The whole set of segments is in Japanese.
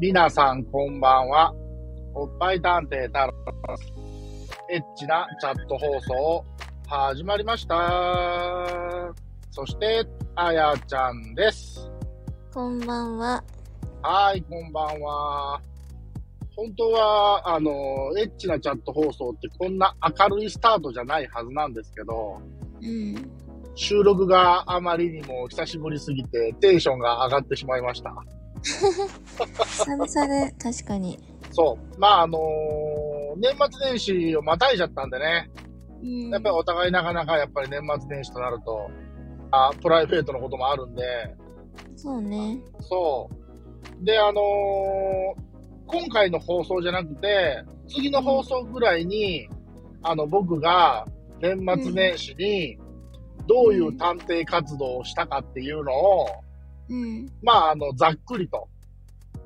りなさんこんばんは。おっぱい探偵太郎です。エッチなチャット放送、始まりました。そして、あやちゃんです。こんばんは。はい、こんばんは。本当は、あの、エッチなチャット放送ってこんな明るいスタートじゃないはずなんですけど、うん。収録があまりにも久しぶりすぎてテンションが上がってしまいました。久々で、確かに。そう。まあ、あの年末年始をまたいじゃったんでね。うんやっぱりお互いなかなかやっぱり年末年始となると、あプライベートのこともあるんで、そうね。そう。で、あのー今回の放送じゃなくて、次の放送ぐらいに、あの、僕が年末年始に、どういう探偵活動をしたかっていうのを、うん。まあ、あの、ざっくりと、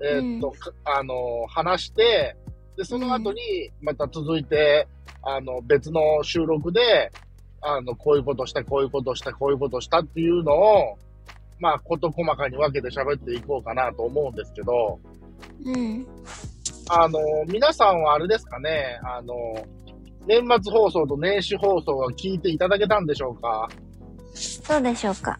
えーっと、かあの、話して、で、その後に、また続いて、あの、別の収録で、あの、こういうことした、こういうことした、こういうことしたっていうのを、まあ、こと細かに分けて喋っていこうかなと思うんですけど、うん。あの、皆さんはあれですかね、あの、年末放送と年始放送は聞いていただけたんでしょうかどうでしょうか。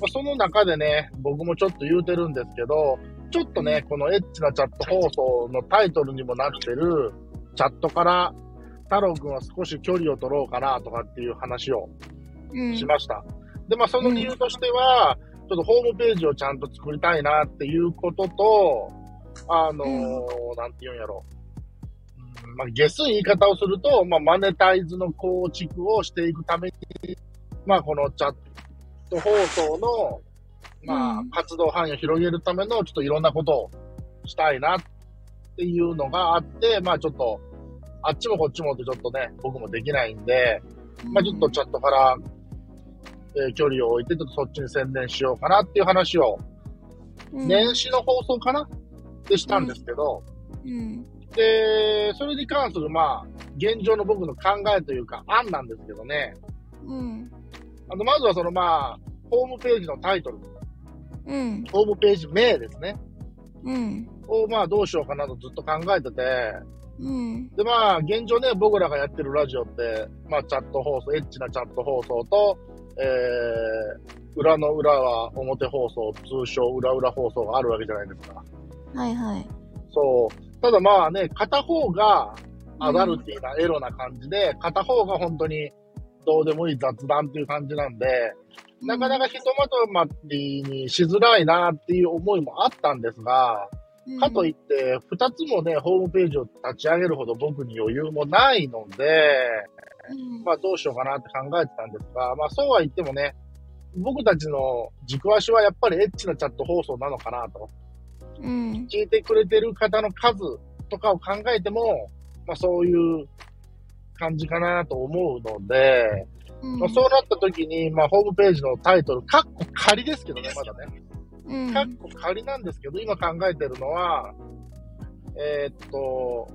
まあその中でね、僕もちょっと言うてるんですけど、ちょっとね、このエッチなチャット放送のタイトルにもなってるチャットから、太郎くんは少し距離を取ろうかなとかっていう話をうんし。ました。で、まあその理由としては、ちょっとホームページをちゃんと作りたいなっていうことと、あのーなんて言うんやろ。うんまあ、下水言い方をすると、まあ、マネタイズの構築をしていくために、まあ、このチャット放送の、まうあん、活動範囲を広げるための、ちょっといろんなことをしたいなっていうのがあって、まあ、ちょっと、あっちもこっちもってちょっとね、僕もできないんで、まあ、ちょっとチャットから、えー距離を置いて、ちょっとそっちに専念しようかなっていう話を、うん、年始の放送かなでしたんですけど、うん。で、それに関する、まあ、現状の僕の考えというか、案なんですけどね、うん。あの、まずはその、まあ、ホームページのタイトル、うん。ホームページ名ですね、うん。を、まあ、どうしようかなとずっと考えてて、うん。で、まあ、現状ね、僕らがやってるラジオって、まあ、チャット放送、エッチなチャット放送と、えー、裏の裏は表放送、通称裏裏放送があるわけじゃないですか。はいはい。そう。ただまあね、片方がアダルティなエロな感じで、片方が本当にどうでもいい雑談っていう感じなんで、なかなかひとまとまりにしづらいなっていう思いもあったんですが、うん、かといっって、二つもね、ホームページを立ち上げるほど僕に余裕もないので、うん、まあどうしようかなって考えてたんですが、まあそうは言ってもね、僕たちの軸足はやっぱりエッチなチャット放送なのかなと。うん。聞いてくれてる方の数とかを考えても、まあそういう感じかなと思うので、うん。まあそうなった時に、まあホームページのタイトル、カッコ仮ですけどね、まだね。うん。かっこ仮なんですけど、今考えてるのは、えーっと、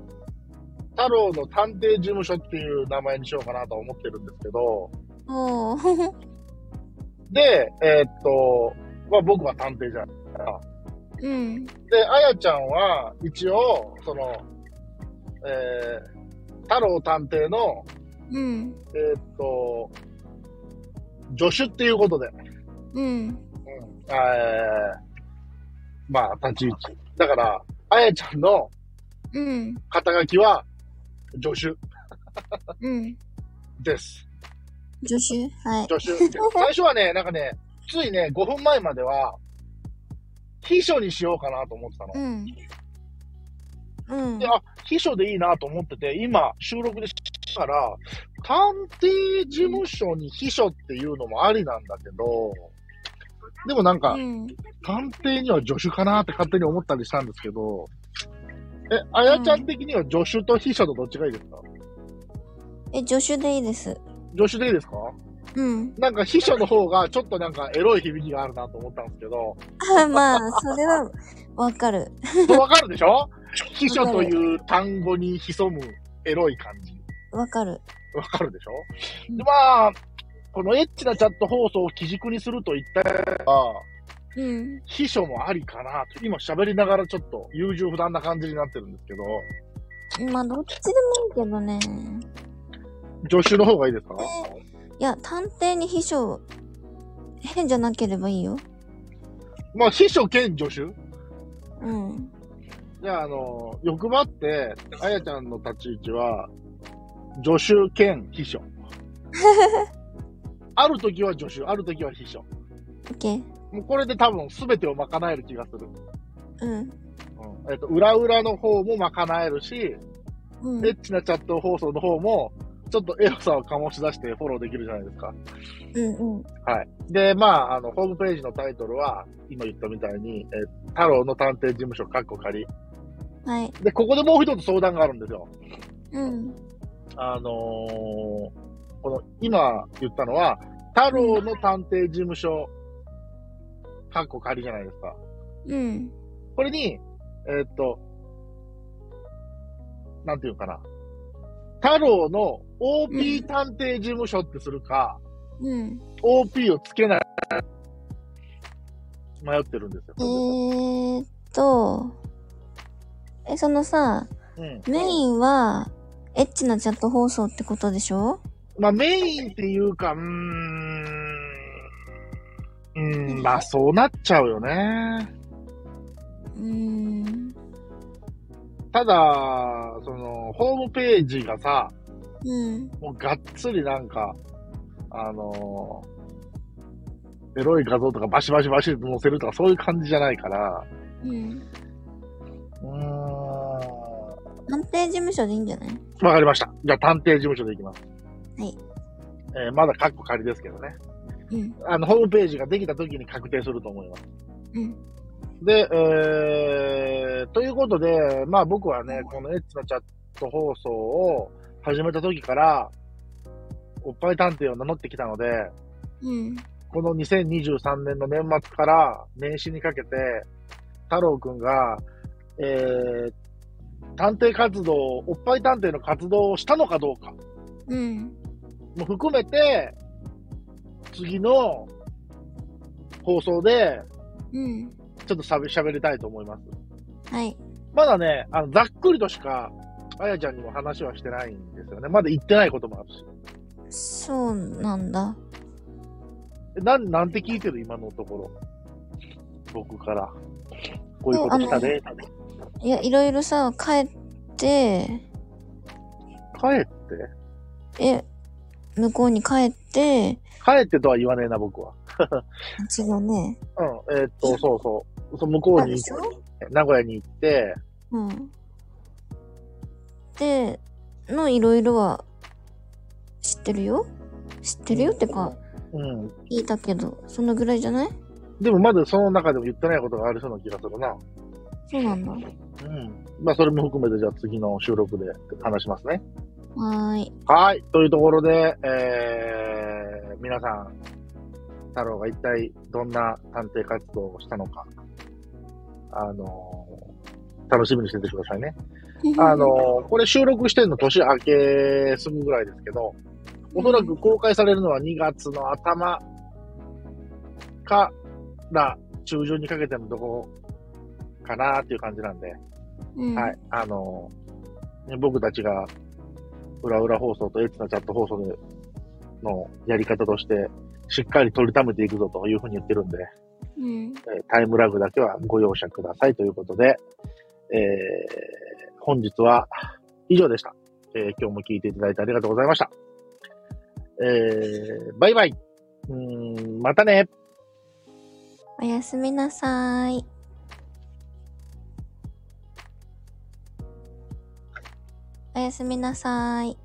太郎の探偵事務所っていう名前にしようかなと思ってるんですけど、おーで、えーっと、まあ僕は探偵じゃん。うん。で、あやちゃんは一応、その、えー、太郎探偵の、うん。えーっと、助手っていうことで、うん。えー、まあ立ち位置。だから、あやちゃんのうん。肩書きは助手。うん。です。助手はい。助 手。最初はね、なんかね、ついね、5分前までは、秘書にしようかなと思ってたの。うん。うんで、。あ、秘書でいいなと思ってて、今、収録で知ったら、探偵事務所に秘書っていうのもありなんだけど、でもなんか、うん。探偵には助手かなって勝手に思ったりしたんですけど、え、あやちゃん的には助手と秘書とどっちがいいですかえ、助手でいいです。助手でいいですかうん。なんか秘書の方がちょっとなんかエロい響きがあるなと思ったんですけど、あ まあ、それは、わかる。わかるでしょ秘書という単語に潜むエロい感じ。わかる。わかるでしょうんで、まあ、このエッチなチャット放送を基軸にすると言ったら、うん。秘書もありかなと、今喋りながらちょっと優柔不断な感じになってるんですけど、まあ、どっちでもいいけどね。助手の方がいいですかいや、探偵に秘書、変じゃなければいいよ。まあ、秘書兼助手うん。じゃあ、あの、欲張って、あやちゃんの立ち位置は、助手兼秘書。ある時は助手、ある時は秘書。オッケー。もうこれで多分全てを賄える気がする。うん。うん。えっと、裏裏の方も賄えるし、うんエ。ッチなチャット放送の方も、ちょっとエロさを醸し出してフォローできるじゃないですか。うんうん。で、まあ、あの、ホームページのタイトルは、今言ったみたいに、えー太郎の探偵事務所、カッコ仮。はい。で、ここでもう一つ相談があるんですよ。うん。あのーこの、今言ったのは、太郎の探偵事務所、カッコ仮じゃないですか。うん。これに、えーっと、なんていうかな。太郎の OP 探偵事務所ってするか、うん。 OP をつけない、迷ってるんですよえ。ーっと、え、そのさ、うんメインは、エッチなチャット放送ってことでしょまあメインっていうか、うーん、うーん、まあそうなっちゃうよね。うーん。ただ、その、ホームページがさ、うん。もうがっつりなんか、あのーエロい画像とかバシバシバシって載せるとかそういう感じじゃないから、うん。うーん、わ探偵事務所でいいんじゃないかりました。じゃあ探偵事務所でいきます。はい。えーまだカッコ仮ですけどね。うん。あの、ホームページができた時に確定すると思います。うん。で、えー、ということで、まあ僕はね、このエッチなチャット放送を始めた時から、おっぱい探偵を名乗ってきたので、うん。この2023年の年末から年始にかけて、太郎くんが、えー、探偵活動、おっぱい探偵の活動をしたのかどうかうん。も含めて、次の放送で、うん。ちょっとしゃべ喋りたいと思います。はい。まだね、あの、ざっくりとしか、あやちゃんにも話はしてないんですよね。まだ言ってないこともあるし。そうなんだ。えなん、なんて聞いてる今のところ。僕から。こういうことしたね。いや、いろいろさ、帰って、帰ってえ、向こうに帰って、帰ってとは言わねえな、僕は。違うね。うん。えーっと、そうそう。そ向こうに行っょて、名古屋に行って、うん。で、のいろいろは、知ってるよ知ってるよってか、うん。聞いたけど、そのぐらいじゃないでもまだその中でも言ってないことがありそうな気がするな。そうなんだ。はうん。まあ、それも含めて、じゃあ次の収録で話しますね。ーい。はい。というところで、えー、皆さん、太郎が一体どんな探偵活動をしたのか、あのー楽しみにしててくださいね。あのーこれ収録してんの年明けすぐぐらいですけど、おそらく公開されるのは2月の頭から中旬にかけてのとこかなっていう感じなんで、うん、はい。あのね、僕たちが、裏裏放送とエッチなチャット放送でのやり方として、しっかり取りためていくぞというふうに言ってるんで、うん。えータイムラグだけはご容赦くださいということで、えー本日は以上でした。えー今日も聞いていただいてありがとうございました。えーバイバイ。うーん、またね。おやすみなさーい。おやすみなさーい。